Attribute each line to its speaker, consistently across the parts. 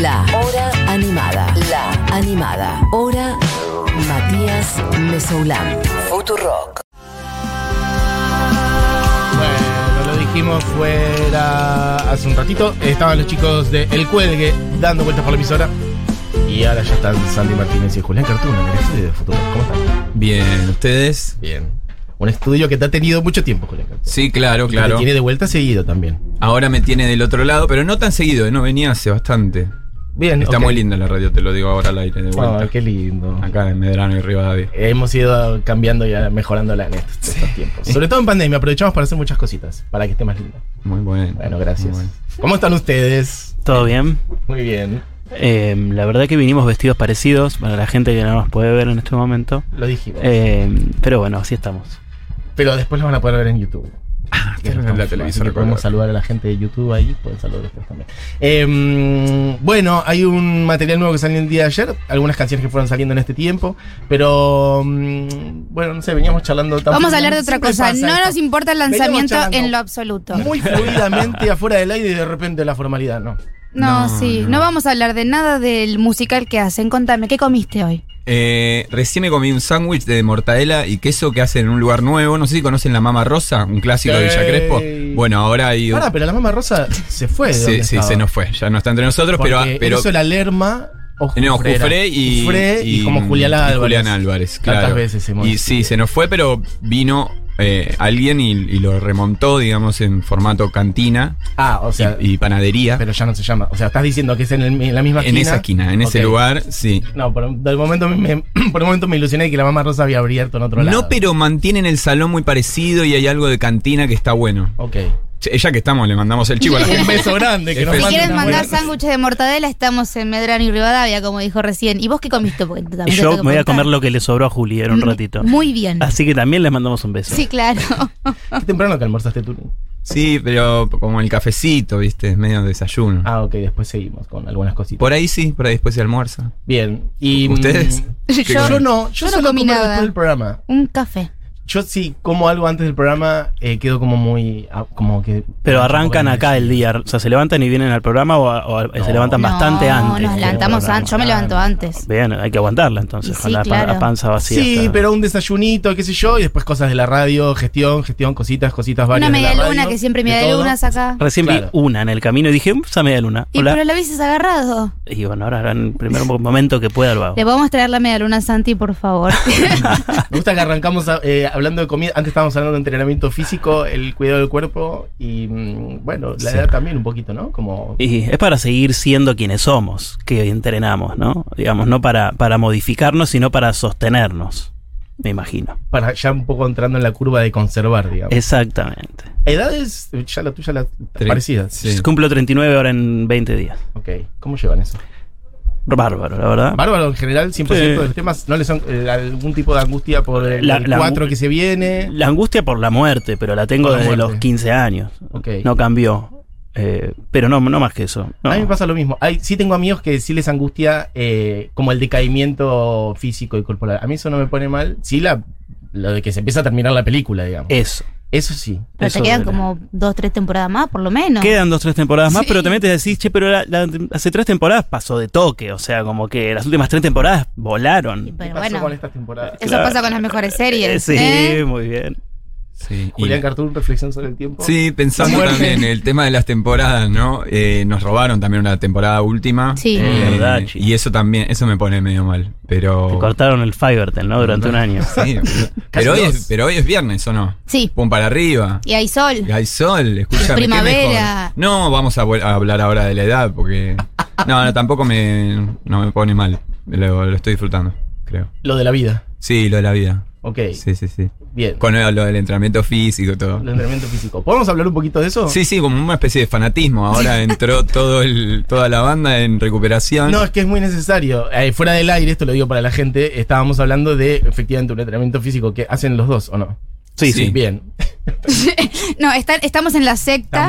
Speaker 1: La Hora Animada. La Animada. Hora Matías Mesoulán. Futurock.
Speaker 2: Bueno, lo dijimos fuera hace un ratito. Estaban los chicos de El Cuelgue dando vueltas por la emisora. Y ahora ya están Sandy Martínez y Julián Cartuna en el estudio de Futurock. ¿Cómo están?
Speaker 3: Bien, ¿ustedes?
Speaker 2: Bien. Un estudio que te ha tenido mucho tiempo, Julián Cartuna.
Speaker 3: Sí, claro,
Speaker 2: Y que te
Speaker 3: claro.
Speaker 2: tiene de vuelta seguido también.
Speaker 3: Ahora me tiene del otro lado, pero no tan seguido, ¿eh? no venía hace bastante.
Speaker 2: Bien,
Speaker 3: Está
Speaker 2: ok.
Speaker 3: muy linda la radio, te lo digo ahora al aire de vuelta.
Speaker 2: Ay, qué lindo.
Speaker 3: Acá en Medrano y Rivadavia.
Speaker 2: Hemos ido cambiando y mejorándola en estos, estos tiempos. Sobre todo en pandemia, aprovechamos para hacer muchas cositas, para que esté más linda.
Speaker 3: Muy bueno.
Speaker 2: Bueno, gracias.
Speaker 3: muy bueno.
Speaker 2: ¿Cómo están ustedes?
Speaker 4: Todo bien.
Speaker 2: Muy bien.
Speaker 4: Eh, la verdad que vinimos vestidos parecidos para la gente que no nos puede ver en este momento.
Speaker 2: Lo dijimos.
Speaker 4: Eh, pero bueno, así estamos.
Speaker 2: Pero después lo van a poder ver en YouTube.
Speaker 3: Ah,
Speaker 2: Que no
Speaker 3: está en la
Speaker 2: estamos- así
Speaker 3: televisora.
Speaker 2: que Podemos saludar a la gente de YouTube ahí, pueden saludar ustedes también. Eh, bueno, hay un material nuevo que salió el día de ayer, algunas canciones que fueron saliendo en este tiempo, pero mm, bueno, no sé, veníamos charlando tan-
Speaker 5: Vamos a hablar de otra
Speaker 2: Siempre
Speaker 5: cosa.
Speaker 2: pasa
Speaker 5: No
Speaker 2: esto.
Speaker 5: nos importa el
Speaker 2: Veníamos
Speaker 5: lanzamiento
Speaker 2: charlando
Speaker 5: en lo absoluto.
Speaker 2: Muy fluidamente afuera del aire y de repente la formalidad, no.
Speaker 5: No,
Speaker 3: No,
Speaker 5: sí.
Speaker 3: no.
Speaker 5: No. vamos a hablar de nada del musical que hacen. Contame, ¿qué comiste hoy?
Speaker 3: Eh, recién me comí un sándwich de mortadela y queso que hacen en un lugar nuevo. No sé si conocen la Mama Rosa, un clásico de Villa
Speaker 2: Ey.
Speaker 3: Crespo. Bueno, ahora hay.
Speaker 2: Ahora, pero la mamá rosa se fue. de
Speaker 3: sí,
Speaker 2: donde
Speaker 3: sí,
Speaker 2: estaba.
Speaker 3: se nos fue. Ya no está entre nosotros,
Speaker 2: Porque
Speaker 3: pero. ah, pero
Speaker 2: hizo la Lerma o
Speaker 3: Eh, No,
Speaker 2: Jufrera.
Speaker 3: Jufré y,
Speaker 2: Jufré y como Julián
Speaker 3: y
Speaker 2: Álvarez.
Speaker 3: Julián Álvarez, claro.
Speaker 2: Tantas veces se
Speaker 3: y
Speaker 2: mueve.
Speaker 3: sí, se nos fue, pero vino eh, alguien y, y lo remontó, digamos, en formato cantina
Speaker 2: Ah, o sea,
Speaker 3: y, y panadería.
Speaker 2: pero ya no se llama. O sea, estás diciendo que es en, el- en la misma
Speaker 3: en
Speaker 2: esquina.
Speaker 3: esa esquina, en ese
Speaker 2: Ok.
Speaker 3: lugar, sí.
Speaker 2: No, por, un- del momento me, por un momento me ilusioné de que la mamá rosa había abierto en otro lado.
Speaker 3: No, pero mantienen el salón muy parecido y hay algo de cantina que está bueno.
Speaker 2: Ok.
Speaker 3: Che, Ya que estamos, le mandamos el chivo a la
Speaker 2: Un
Speaker 3: gente.
Speaker 2: beso grande. Que
Speaker 3: Si
Speaker 2: nos
Speaker 5: Si
Speaker 3: Manden
Speaker 5: quieren
Speaker 2: una
Speaker 5: mandar
Speaker 2: buena-
Speaker 5: sándwiches de mortadela, estamos en Medrano y Rivadavia, como dijo recién. ¿Y vos qué comiste? Porque también te
Speaker 4: Yo
Speaker 5: tengo
Speaker 4: me voy
Speaker 5: que
Speaker 4: a
Speaker 5: preguntar. Mm,
Speaker 4: comer lo que le sobró a Juli en un ratito.
Speaker 5: Muy bien.
Speaker 4: Así que también les mandamos un beso.
Speaker 5: Sí, claro.
Speaker 2: Qué temprano que almorzaste tú.
Speaker 3: Sí, pero como el cafecito, viste, es medio desayuno.
Speaker 2: Ah, ok, después seguimos con algunas cositas.
Speaker 3: Por ahí sí, por ahí después se almuerza.
Speaker 2: Bien. Y, mm,
Speaker 3: ¿Ustedes?
Speaker 2: Yo,
Speaker 5: Yo-
Speaker 2: no,
Speaker 5: yo
Speaker 2: yo,
Speaker 5: no
Speaker 2: solo
Speaker 5: comí
Speaker 2: como
Speaker 5: nada.
Speaker 2: después del programa.
Speaker 5: Un café.
Speaker 2: Yo sí como algo antes del programa, eh, quedo como muy. ah, como que
Speaker 4: Pero arrancan acá el día. O sea, se levantan y vienen al programa o, a- o a- se levantan bastante
Speaker 5: no,
Speaker 4: antes. eh,
Speaker 5: Nos
Speaker 4: del
Speaker 5: levantamos
Speaker 4: programa.
Speaker 5: antes. Yo me levanto antes.
Speaker 4: Bien, hay que aguantarla entonces,
Speaker 5: Y
Speaker 4: con
Speaker 5: sí,
Speaker 4: la, pan-
Speaker 5: claro.
Speaker 4: la panza vacía.
Speaker 2: Sí,
Speaker 4: hasta-
Speaker 2: pero un desayunito, qué sé yo, y después cosas de la radio, gestión, gestión, cositas, cositas varias.
Speaker 5: Una
Speaker 2: de la
Speaker 5: media luna,
Speaker 2: radio,
Speaker 5: que siempre
Speaker 2: de
Speaker 5: media
Speaker 2: todo.
Speaker 5: lunas acá.
Speaker 4: Recién
Speaker 2: Claro.
Speaker 4: vi una en el camino y dije, "Mm, esa media luna.
Speaker 5: Y
Speaker 4: Hola.
Speaker 5: pero la habéis agarrado.
Speaker 4: Y bueno, ahora ahora en el primer momento que pueda lo hago.
Speaker 5: Le podemos traer la media luna a Santi, por favor.
Speaker 2: Me gusta que arrancamos eh, hablando de comida. Antes estábamos hablando de entrenamiento físico, el cuidado del cuerpo y, mm, bueno, la
Speaker 3: Sí.
Speaker 2: edad también un poquito, ¿no? Como.
Speaker 4: Y es para seguir siendo quienes somos, que entrenamos, ¿no? Digamos, no para, para modificarnos, sino para sostenernos, me imagino.
Speaker 2: Para ya un poco entrando en la curva de conservar, digamos.
Speaker 4: Exactamente.
Speaker 2: Edades, eh, ya la tuya, la
Speaker 3: Tres.
Speaker 2: parecida.
Speaker 3: Sí.
Speaker 4: Cumplo 39 ahora en 20 días.
Speaker 2: Ok, ¿cómo llevan eso?
Speaker 4: Bárbaro, la verdad.
Speaker 2: Bárbaro, en general, 100%
Speaker 4: Ah. Sí.
Speaker 2: de los temas, ¿no les son eh, algún tipo de angustia por el,
Speaker 4: La-
Speaker 2: el
Speaker 4: la-
Speaker 2: cuatro que se viene?
Speaker 4: La angustia por la muerte, pero la tengo
Speaker 2: Por la
Speaker 4: desde
Speaker 2: muerte.
Speaker 4: los 15 años.
Speaker 2: Ok.
Speaker 4: No cambió. Eh, pero no, no más que eso. No.
Speaker 2: A mí me pasa lo mismo. Hay, sí tengo amigos que sí les angustia eh, como el decaimiento físico y corporal. A mí eso no me pone mal. Sí la, lo de que se empieza a terminar la película, digamos.
Speaker 4: Eso.
Speaker 2: eso sí.
Speaker 5: Pero te
Speaker 4: Eso
Speaker 5: quedan
Speaker 4: duele.
Speaker 5: como dos, tres temporadas más, por lo menos.
Speaker 4: Quedan dos, tres temporadas más,
Speaker 5: Sí.
Speaker 4: pero también te decís, che, pero la- la- hace tres temporadas pasó de toque. O sea, como que las últimas tres temporadas
Speaker 5: Y
Speaker 4: volaron.
Speaker 2: ¿Qué
Speaker 3: Eh,
Speaker 5: Pero
Speaker 2: pasó
Speaker 5: bueno,
Speaker 2: con estas temporadas?
Speaker 5: eso
Speaker 4: Claro.
Speaker 5: pasa con las mejores
Speaker 4: Eh,
Speaker 5: series.
Speaker 4: Sí,
Speaker 5: ¿eh?
Speaker 4: muy bien.
Speaker 3: Sí, y-
Speaker 2: Julián Cartoon, reflexión sobre el tiempo.
Speaker 3: Sí,
Speaker 2: La
Speaker 3: pensando
Speaker 2: muerte.
Speaker 3: también en el tema de las temporadas, ¿no? Eh, nos robaron también una temporada última.
Speaker 5: Sí.
Speaker 3: Eh,
Speaker 4: Es verdad, chico.
Speaker 3: y eso también, eso me pone medio mal.
Speaker 4: Te
Speaker 2: Oh.
Speaker 3: Pero.
Speaker 4: cortaron el Fivertel, ¿no? Durante un año.
Speaker 3: Sí, pero-
Speaker 2: Casi
Speaker 3: pero, hoy
Speaker 2: dos.
Speaker 3: es, pero hoy es viernes, ¿o no?
Speaker 5: Sí.
Speaker 3: Pum para arriba.
Speaker 5: Y hay sol.
Speaker 3: Y Hay sol, escúchame. ¿qué
Speaker 5: Primavera.
Speaker 3: mejor? No, vamos a, vol- a hablar ahora de la edad, porque. No, no, tampoco me, no me pone mal. Lo, lo estoy disfrutando, creo.
Speaker 2: Lo de la vida.
Speaker 3: Sí, lo de la vida.
Speaker 2: Ok,
Speaker 3: Sí, sí, sí.
Speaker 2: bien.
Speaker 3: Con lo del entrenamiento físico y todo.
Speaker 2: El entrenamiento físico. ¿Podemos hablar un poquito de eso?
Speaker 3: Sí, sí, como una especie de fanatismo. Ahora entró todo el, toda la banda en recuperación.
Speaker 2: No, es que es muy necesario. Eh, fuera del aire, esto lo digo para la gente, estábamos hablando de efectivamente un entrenamiento físico que hacen los dos, ¿o no?
Speaker 3: Sí, sí.
Speaker 2: Bien.
Speaker 5: No, está- estamos en la secta.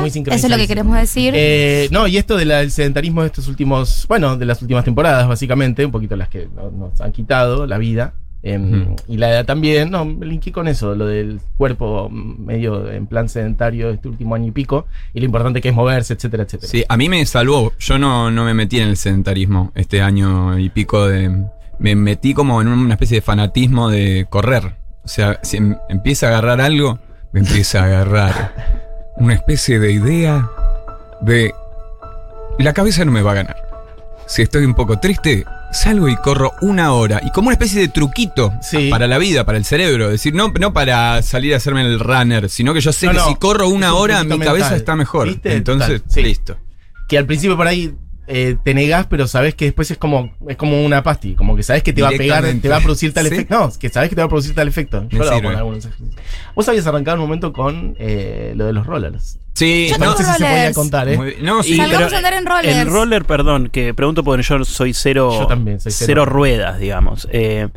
Speaker 2: Está muy
Speaker 5: Eso es lo que
Speaker 2: sincronizadísimo.
Speaker 5: queremos decir.
Speaker 2: Eh, no, y esto del sedentarismo de estos últimos, bueno, de las últimas temporadas, básicamente, un poquito las que no- nos han quitado la vida. Em, Y la edad también, no, me linké con eso, lo del cuerpo mm, medio en plan sedentario este último año y pico, y lo importante que es moverse, etcétera, etcétera.
Speaker 3: Sí, a mí me salvó. Yo no, no me metí en el sedentarismo este año y pico de. Me metí como en una especie de fanatismo de correr. O sea, si em- empieza a agarrar algo, me empieza a agarrar una especie de idea de. La cabeza no me va a ganar. Si estoy un poco triste, salgo y corro una hora. Y como una especie de truquito
Speaker 2: Sí.
Speaker 3: para la vida, para el cerebro. Es decir, no, no para salir a hacerme el runner, sino que yo sé
Speaker 2: No,
Speaker 3: que
Speaker 2: no,
Speaker 3: si corro
Speaker 2: es
Speaker 3: una
Speaker 2: un
Speaker 3: hora, mi
Speaker 2: truquito
Speaker 3: cabeza
Speaker 2: mental.
Speaker 3: está mejor.
Speaker 2: ¿Viste?
Speaker 3: Entonces,
Speaker 2: Tal, sí.
Speaker 3: listo.
Speaker 2: Que al principio por ahí eh, te negás, pero sabes que después es como, es como una pasti, como que sabes que te va a pegar, te
Speaker 3: Directamente.
Speaker 2: va a producir tal
Speaker 3: Sí.
Speaker 2: efecto. No, que sabes que te va a producir tal efecto. Yo
Speaker 3: Me
Speaker 2: lo hago
Speaker 3: sirve.
Speaker 2: con algunos ejercicios. Vos habías arrancado un momento con eh, lo de los rollers.
Speaker 3: Sí,
Speaker 5: Yo
Speaker 3: no,
Speaker 2: No sé si se podía
Speaker 5: rollers.
Speaker 2: contar, ¿eh?
Speaker 3: muy bien. No, sí,
Speaker 5: Salgamos
Speaker 3: pero-
Speaker 5: a andar en rollers.
Speaker 4: El roller, perdón, que pregunto porque yo soy cero.
Speaker 2: Yo también soy cero.
Speaker 4: cero ruedas, digamos. Eh,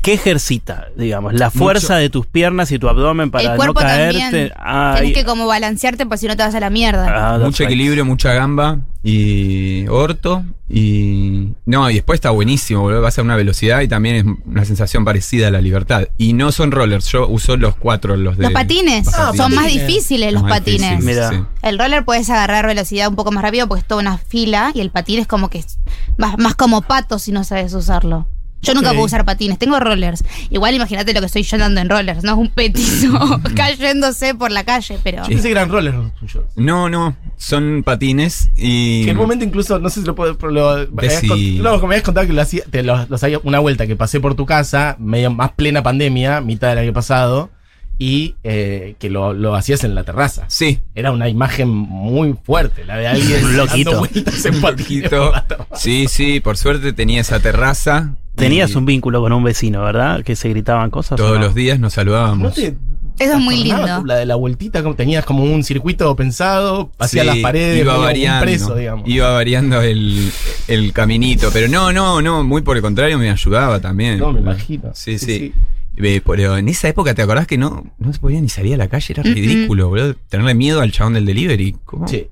Speaker 4: ¿Qué ejercita, digamos? La fuerza de tus piernas y tu abdomen para
Speaker 5: el cuerpo
Speaker 4: no
Speaker 5: también.
Speaker 4: caerte. Ay,
Speaker 5: Tienes que como balancearte por si no te vas a la mierda.
Speaker 4: ah, that's
Speaker 3: mucho
Speaker 4: right.
Speaker 3: equilibrio, mucha gamba y orto. Y no, y después está buenísimo, boludo. Vas a una velocidad y también es una sensación parecida a la libertad. Y no son rollers, yo uso los cuatro, los de.
Speaker 5: los patines
Speaker 2: Ah,
Speaker 5: son más
Speaker 2: patines.
Speaker 5: difíciles
Speaker 3: Los
Speaker 5: los
Speaker 3: más
Speaker 5: patines.
Speaker 3: difíciles,
Speaker 4: Mira.
Speaker 3: sí.
Speaker 5: El roller puedes agarrar velocidad un poco más rápido porque es toda una fila y el patín es como que es más, más como pato si no sabes usarlo. Yo nunca
Speaker 2: Ok.
Speaker 5: puedo usar patines, tengo rollers. Igual imagínate lo que estoy yo andando en rollers, no es un petizo cayéndose por la calle,
Speaker 3: Ah.
Speaker 5: pero
Speaker 2: Yo pensé que eran rollers los tuyos.
Speaker 3: No, no, son patines y.
Speaker 2: Que en un momento incluso, no sé si lo puedo. pero Lo, me habías
Speaker 3: Decí.
Speaker 2: cont- no, como me habías contado que lo hacía, te los, los había una vuelta que pasé por tu casa, medio más plena pandemia, mitad del año pasado, y eh, que lo, lo hacías en la terraza.
Speaker 3: Sí.
Speaker 2: Era una imagen muy fuerte, la de alguien
Speaker 4: Un loquito.
Speaker 2: dando vueltas en patines
Speaker 3: Poquito.
Speaker 2: por la terraza.
Speaker 3: Sí, sí, por suerte tenía esa terraza.
Speaker 4: Tenías
Speaker 3: y
Speaker 4: un vínculo con un vecino, ¿verdad? Que se gritaban cosas. ¿o
Speaker 3: Todos
Speaker 4: no?
Speaker 3: los días nos
Speaker 2: ¿No
Speaker 3: saludábamos.
Speaker 2: te
Speaker 5: eso es muy
Speaker 2: atornaba
Speaker 5: lindo.
Speaker 2: tú La de la vueltita, como tenías como un circuito pensado, hacia
Speaker 3: Sí,
Speaker 2: las paredes,
Speaker 3: iba
Speaker 2: medio
Speaker 3: variando,
Speaker 2: un preso, digamos.
Speaker 3: Iba variando el, el caminito, pero no, no, no, muy por el contrario me ayudaba también.
Speaker 2: No, me imagino.
Speaker 3: Sí,
Speaker 2: Sí,
Speaker 3: sí. Eh, Pero en esa época, ¿te acordás que no, no se podía ni salir a la calle? Era
Speaker 5: Mm,
Speaker 3: ridículo, boludo. Tenerle miedo al chabón del delivery. ¿Cómo?
Speaker 2: Sí.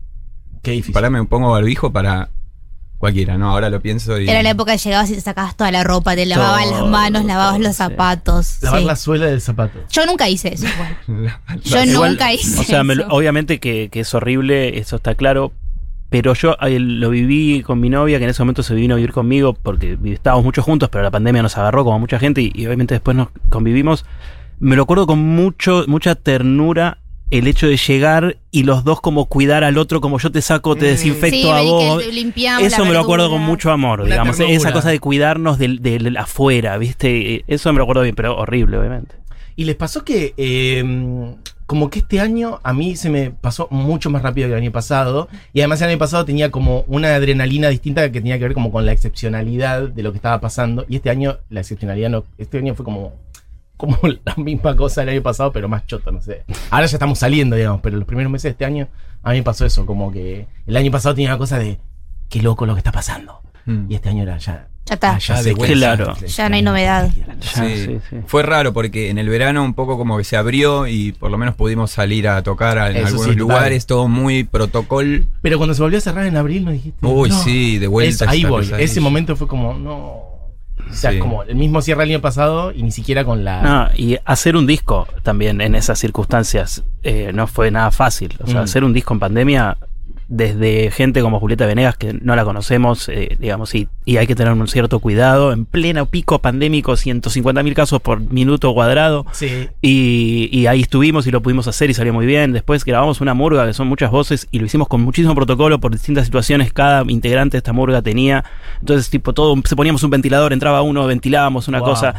Speaker 2: Qué difícil.
Speaker 3: Pará, me pongo barbijo para cualquiera, ¿no? Ahora lo pienso y...
Speaker 5: Era la época que llegabas y te sacabas toda la ropa, te lavabas
Speaker 4: Todo,
Speaker 5: las manos, lavabas
Speaker 4: todo,
Speaker 5: los
Speaker 4: sí.
Speaker 5: zapatos.
Speaker 2: Lavar
Speaker 5: sí.
Speaker 2: la suela del zapato.
Speaker 5: Yo nunca hice eso igual.
Speaker 3: La- la-
Speaker 5: Yo
Speaker 4: Igual,
Speaker 5: nunca hice
Speaker 4: O sea, me lo-
Speaker 5: eso.
Speaker 4: obviamente que, que es horrible, eso está claro. Pero yo eh, lo viví con mi novia, que en ese momento se vino a vivir conmigo porque vi- estábamos muchos juntos, pero la pandemia nos agarró como a mucha gente y, y obviamente después nos convivimos. Me lo acuerdo con mucho, mucha ternura el hecho de llegar y los dos como cuidar al otro, como yo te saco, te desinfecto
Speaker 5: Mm. Sí,
Speaker 4: a
Speaker 5: vení
Speaker 4: vos.
Speaker 5: que limpiamos
Speaker 4: Eso
Speaker 5: la
Speaker 4: me lo acuerdo con
Speaker 5: verdura.
Speaker 4: mucho amor,
Speaker 2: Una
Speaker 4: digamos.
Speaker 2: ternura.
Speaker 4: Esa cosa de cuidarnos del, del afuera, ¿viste? Eh, Eso me lo acuerdo bien, pero horrible, obviamente.
Speaker 2: Y les pasó que, eh, como que este año a mí se me pasó mucho más rápido que el año pasado. Y además el año pasado tenía como una adrenalina distinta que tenía que ver como con la excepcionalidad de lo que estaba pasando. Y este año la excepcionalidad no. Este año fue como, como la misma cosa del año pasado, pero más choto, no sé. Ahora ya estamos saliendo, digamos, pero los primeros meses de este año a mí me pasó eso. Como que el año pasado tenía una cosa de qué loco lo que está pasando.
Speaker 3: Mm.
Speaker 2: Y este año era ya.
Speaker 5: Ya está.
Speaker 2: ah, ya,
Speaker 3: Ah,
Speaker 2: sé
Speaker 3: de
Speaker 2: que-
Speaker 3: vuelta.
Speaker 4: Claro.
Speaker 5: Ya no hay novedad.
Speaker 4: Ya,
Speaker 3: Sí.
Speaker 4: sí, sí.
Speaker 3: Fue raro porque en el verano un poco como que se abrió y por lo menos pudimos salir a tocar a- en
Speaker 2: Eso
Speaker 3: algunos
Speaker 2: sí, total.
Speaker 3: lugares, todo muy protocol.
Speaker 2: Pero cuando se volvió a cerrar en abril me dijiste.
Speaker 3: Uy,
Speaker 2: "No".
Speaker 3: sí, de
Speaker 2: Es-
Speaker 3: vuelta.
Speaker 2: ahí
Speaker 3: esa
Speaker 2: voy.
Speaker 3: cosa.
Speaker 2: Ese momento fue como, no. O sea,
Speaker 3: Sí.
Speaker 2: como el mismo cierre el año pasado y ni siquiera con la.
Speaker 4: No, y hacer un disco también en esas circunstancias eh, no fue nada fácil. O sea,
Speaker 2: Mm.
Speaker 4: hacer un disco en pandemia desde gente como Julieta Venegas, que no la conocemos, eh, digamos, y, y hay que tener un cierto cuidado, en pleno pico pandémico, 150.000 casos por minuto cuadrado.
Speaker 2: Sí.
Speaker 4: Y, y ahí estuvimos y lo pudimos hacer y salió muy bien. Después grabamos una murga que son muchas voces y lo hicimos con muchísimo protocolo por distintas situaciones. Cada integrante de esta murga tenía. Entonces, tipo, todo, se poníamos un ventilador, entraba uno, ventilábamos una
Speaker 2: Wow.
Speaker 4: cosa.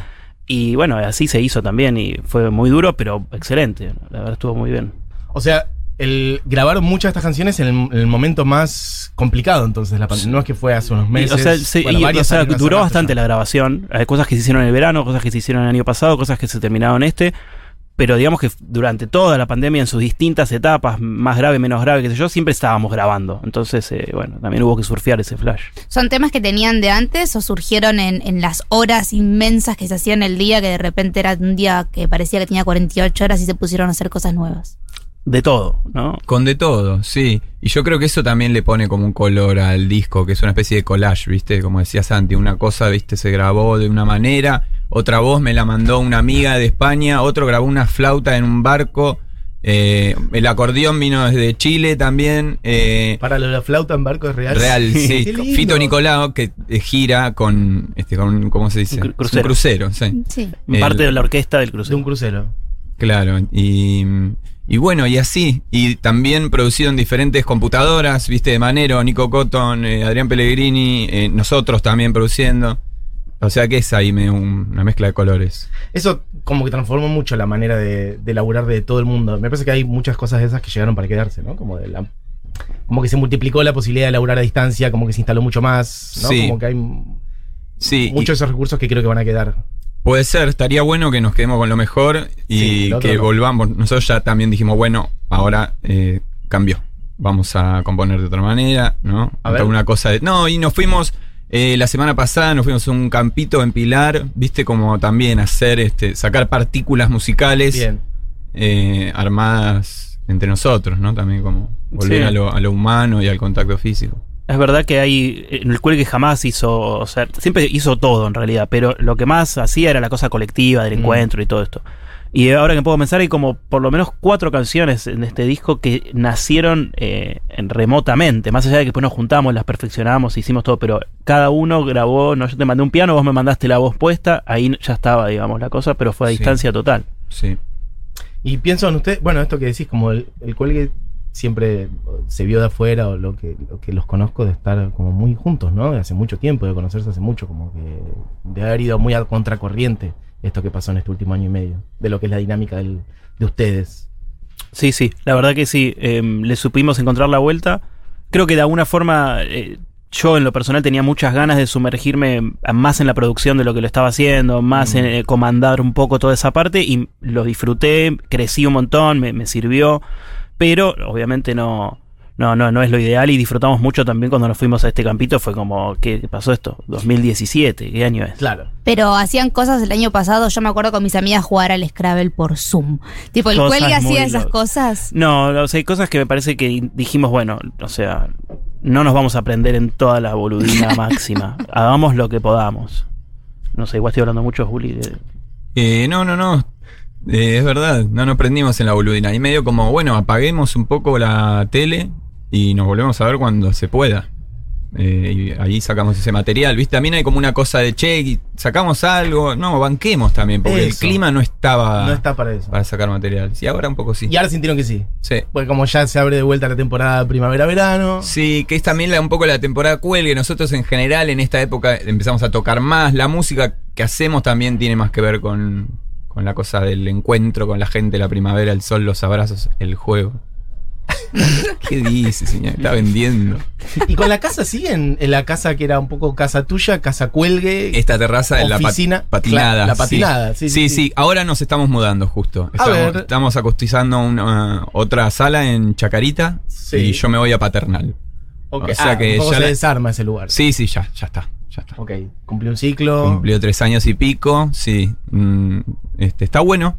Speaker 4: Y bueno, así se hizo también y fue muy duro, pero excelente. La verdad estuvo muy bien.
Speaker 2: O sea, el, grabaron muchas de estas canciones en el, en el momento más complicado entonces. La pandemia. No es que fue hace unos
Speaker 4: Y,
Speaker 2: meses.
Speaker 4: o sea, se-
Speaker 2: bueno,
Speaker 4: y,
Speaker 2: varios
Speaker 4: o sea,
Speaker 2: años las
Speaker 4: duró
Speaker 2: cerraste
Speaker 4: bastante
Speaker 2: ya.
Speaker 4: la grabación. Hay cosas que se hicieron en el verano, cosas que se hicieron el año pasado, cosas que se terminaron este. Pero digamos que durante toda la pandemia, en sus distintas etapas, más grave, menos grave, qué sé yo, siempre estábamos grabando. Entonces, eh, bueno, también hubo que surfear ese flash.
Speaker 5: ¿Son temas que tenían de antes o surgieron en, en las horas inmensas que se hacían el día, que de repente era un día que parecía que tenía 48 horas y se pusieron a hacer cosas nuevas?
Speaker 4: De todo, ¿no?
Speaker 3: Con de todo, sí. Y yo creo que eso también le pone como un color al disco, que es una especie de collage, ¿viste? Como decías antes, una cosa, ¿viste? Se grabó de una manera, otra voz me la mandó una amiga de España, otro grabó una flauta en un barco, eh, el acordeón vino desde Chile también. eh,
Speaker 2: Para lo de la flauta en barco es real.
Speaker 3: Real, sí.
Speaker 2: Qué lindo.
Speaker 3: Fito Nicolao que eh, gira con, este, con, ¿cómo se dice?
Speaker 4: Un cru- crucero.
Speaker 3: Un crucero, sí.
Speaker 5: Sí.
Speaker 3: El-
Speaker 4: Parte de la orquesta del
Speaker 2: De un
Speaker 4: crucero.
Speaker 2: crucero.
Speaker 3: Claro, y, y bueno, y así. Y también producido en diferentes computadoras, viste, de Manero, Nico Cotton, eh, Adrián Pellegrini, eh, nosotros también produciendo. O sea que es ahí me- un- una mezcla de colores.
Speaker 2: Eso como que transformó mucho la manera de, de laburar de todo el mundo. Me parece que hay muchas cosas de esas que llegaron para quedarse, ¿no? Como de la como que se multiplicó la posibilidad de laburar a distancia, como que se instaló mucho más, ¿no?
Speaker 3: Sí.
Speaker 2: Como que hay
Speaker 3: Sí, y
Speaker 2: muchos de esos recursos que creo que van a quedar.
Speaker 3: puede ser, estaría bueno que nos quedemos con lo mejor y
Speaker 2: Sí, el otro
Speaker 3: que
Speaker 2: no.
Speaker 3: volvamos. Nosotros ya también dijimos, bueno, ahora eh, cambió. Vamos a componer de otra manera, ¿no?
Speaker 2: A ver.
Speaker 3: Alguna cosa de. No, y nos fuimos. eh, la semana pasada nos fuimos a un campito en Pilar, viste como también hacer, este, sacar partículas musicales
Speaker 2: Bien.
Speaker 3: eh, armadas entre nosotros, ¿no? También como volver
Speaker 4: Sí.
Speaker 3: a, lo, a lo humano y al contacto físico.
Speaker 4: Es verdad que hay. En el cuelgue jamás hizo. O sea, siempre hizo todo en realidad, pero lo que más hacía era la cosa colectiva del
Speaker 2: Mm.
Speaker 4: encuentro y todo esto. Y ahora que puedo pensar, hay como por lo menos cuatro canciones en este disco que nacieron eh, en- remotamente. Más allá de que después nos juntamos, las perfeccionamos, hicimos todo, pero cada uno grabó. No, yo te mandé un piano, vos me mandaste la voz puesta, ahí ya estaba, digamos, la cosa, pero fue a
Speaker 3: Sí.
Speaker 4: distancia total.
Speaker 3: Sí.
Speaker 2: Y pienso en usted, bueno, esto que decís, como el, el cuelgue siempre se vio de afuera, o lo que, lo que los conozco de estar como muy juntos, ¿no? De hace mucho tiempo, de conocerse hace mucho, como que de haber ido muy a contracorriente esto que pasó en este último año y medio, de lo que es la dinámica del- de ustedes.
Speaker 4: Sí, sí, la verdad que sí. eh, le supimos encontrar la vuelta. Creo que de alguna forma eh, yo en lo personal tenía muchas ganas de sumergirme a- más en la producción de lo que lo estaba haciendo, más en eh, comandar un poco toda esa parte y lo disfruté, crecí un montón, me, me sirvió, pero obviamente no, no, no, no es lo ideal y disfrutamos mucho también cuando nos fuimos a este campito. Fue como, ¿qué pasó esto? 2017, ¿qué año es?
Speaker 2: Claro.
Speaker 5: Pero hacían cosas el año pasado. Yo me acuerdo con mis amigas jugar al Scrabble por Zoom. Tipo, el
Speaker 4: Cosas
Speaker 5: cuelgue
Speaker 4: muy
Speaker 5: hacía esas
Speaker 4: locas.
Speaker 5: cosas.
Speaker 4: No, no, o sea, hay cosas que me parece que dijimos, bueno, o sea, no nos vamos a aprender en toda la boludina máxima. Hagamos lo que podamos. No sé, igual estoy hablando mucho, Juli. de-
Speaker 3: Eh, no, no, no. Eh, es verdad, no nos prendimos en la boludina. Y medio como, bueno, apaguemos un poco la tele y nos volvemos a ver cuando se pueda. Eh, y ahí sacamos ese material, ¿viste? También hay como una cosa de che, y sacamos algo. No, banquemos también, porque el
Speaker 2: Eso.
Speaker 3: clima no estaba
Speaker 2: No está para eso.
Speaker 3: para sacar material. Sí, ahora un poco Ah. sí.
Speaker 2: Y ahora sintieron que sí.
Speaker 3: Sí.
Speaker 2: Pues como ya se abre de vuelta la temporada primavera-verano.
Speaker 3: Sí, que es también la- un poco la temporada cuelgue. Nosotros en general en esta época empezamos a tocar más. La música que hacemos también tiene más que ver con, con la cosa del encuentro con la gente, la primavera, el sol, los abrazos, el juego. ¿Qué dice, señor? Está vendiendo.
Speaker 2: Y con la casa siguen, en la casa que era un poco casa tuya, casa cuelgue.
Speaker 3: Esta terraza de la pat-
Speaker 2: Oficina,
Speaker 3: patinada.
Speaker 2: claro, la
Speaker 3: sí.
Speaker 2: patinada, sí, sí,
Speaker 3: sí,
Speaker 2: sí.
Speaker 3: Ahora nos estamos mudando justo. Estamos,
Speaker 2: ver.
Speaker 3: estamos acostizando una- otra sala en Chacarita
Speaker 2: Sí.
Speaker 3: y yo me voy a Paternal.
Speaker 2: Ok,
Speaker 3: o sea
Speaker 2: ah,
Speaker 3: que
Speaker 2: un poco
Speaker 3: ya
Speaker 2: se
Speaker 3: la-
Speaker 2: desarma ese lugar.
Speaker 3: Sí, sí, ya, ya está. Ya está.
Speaker 2: Ok, cumplió un ciclo.
Speaker 3: Cumplió tres años y pico, sí. Mm, este, está bueno.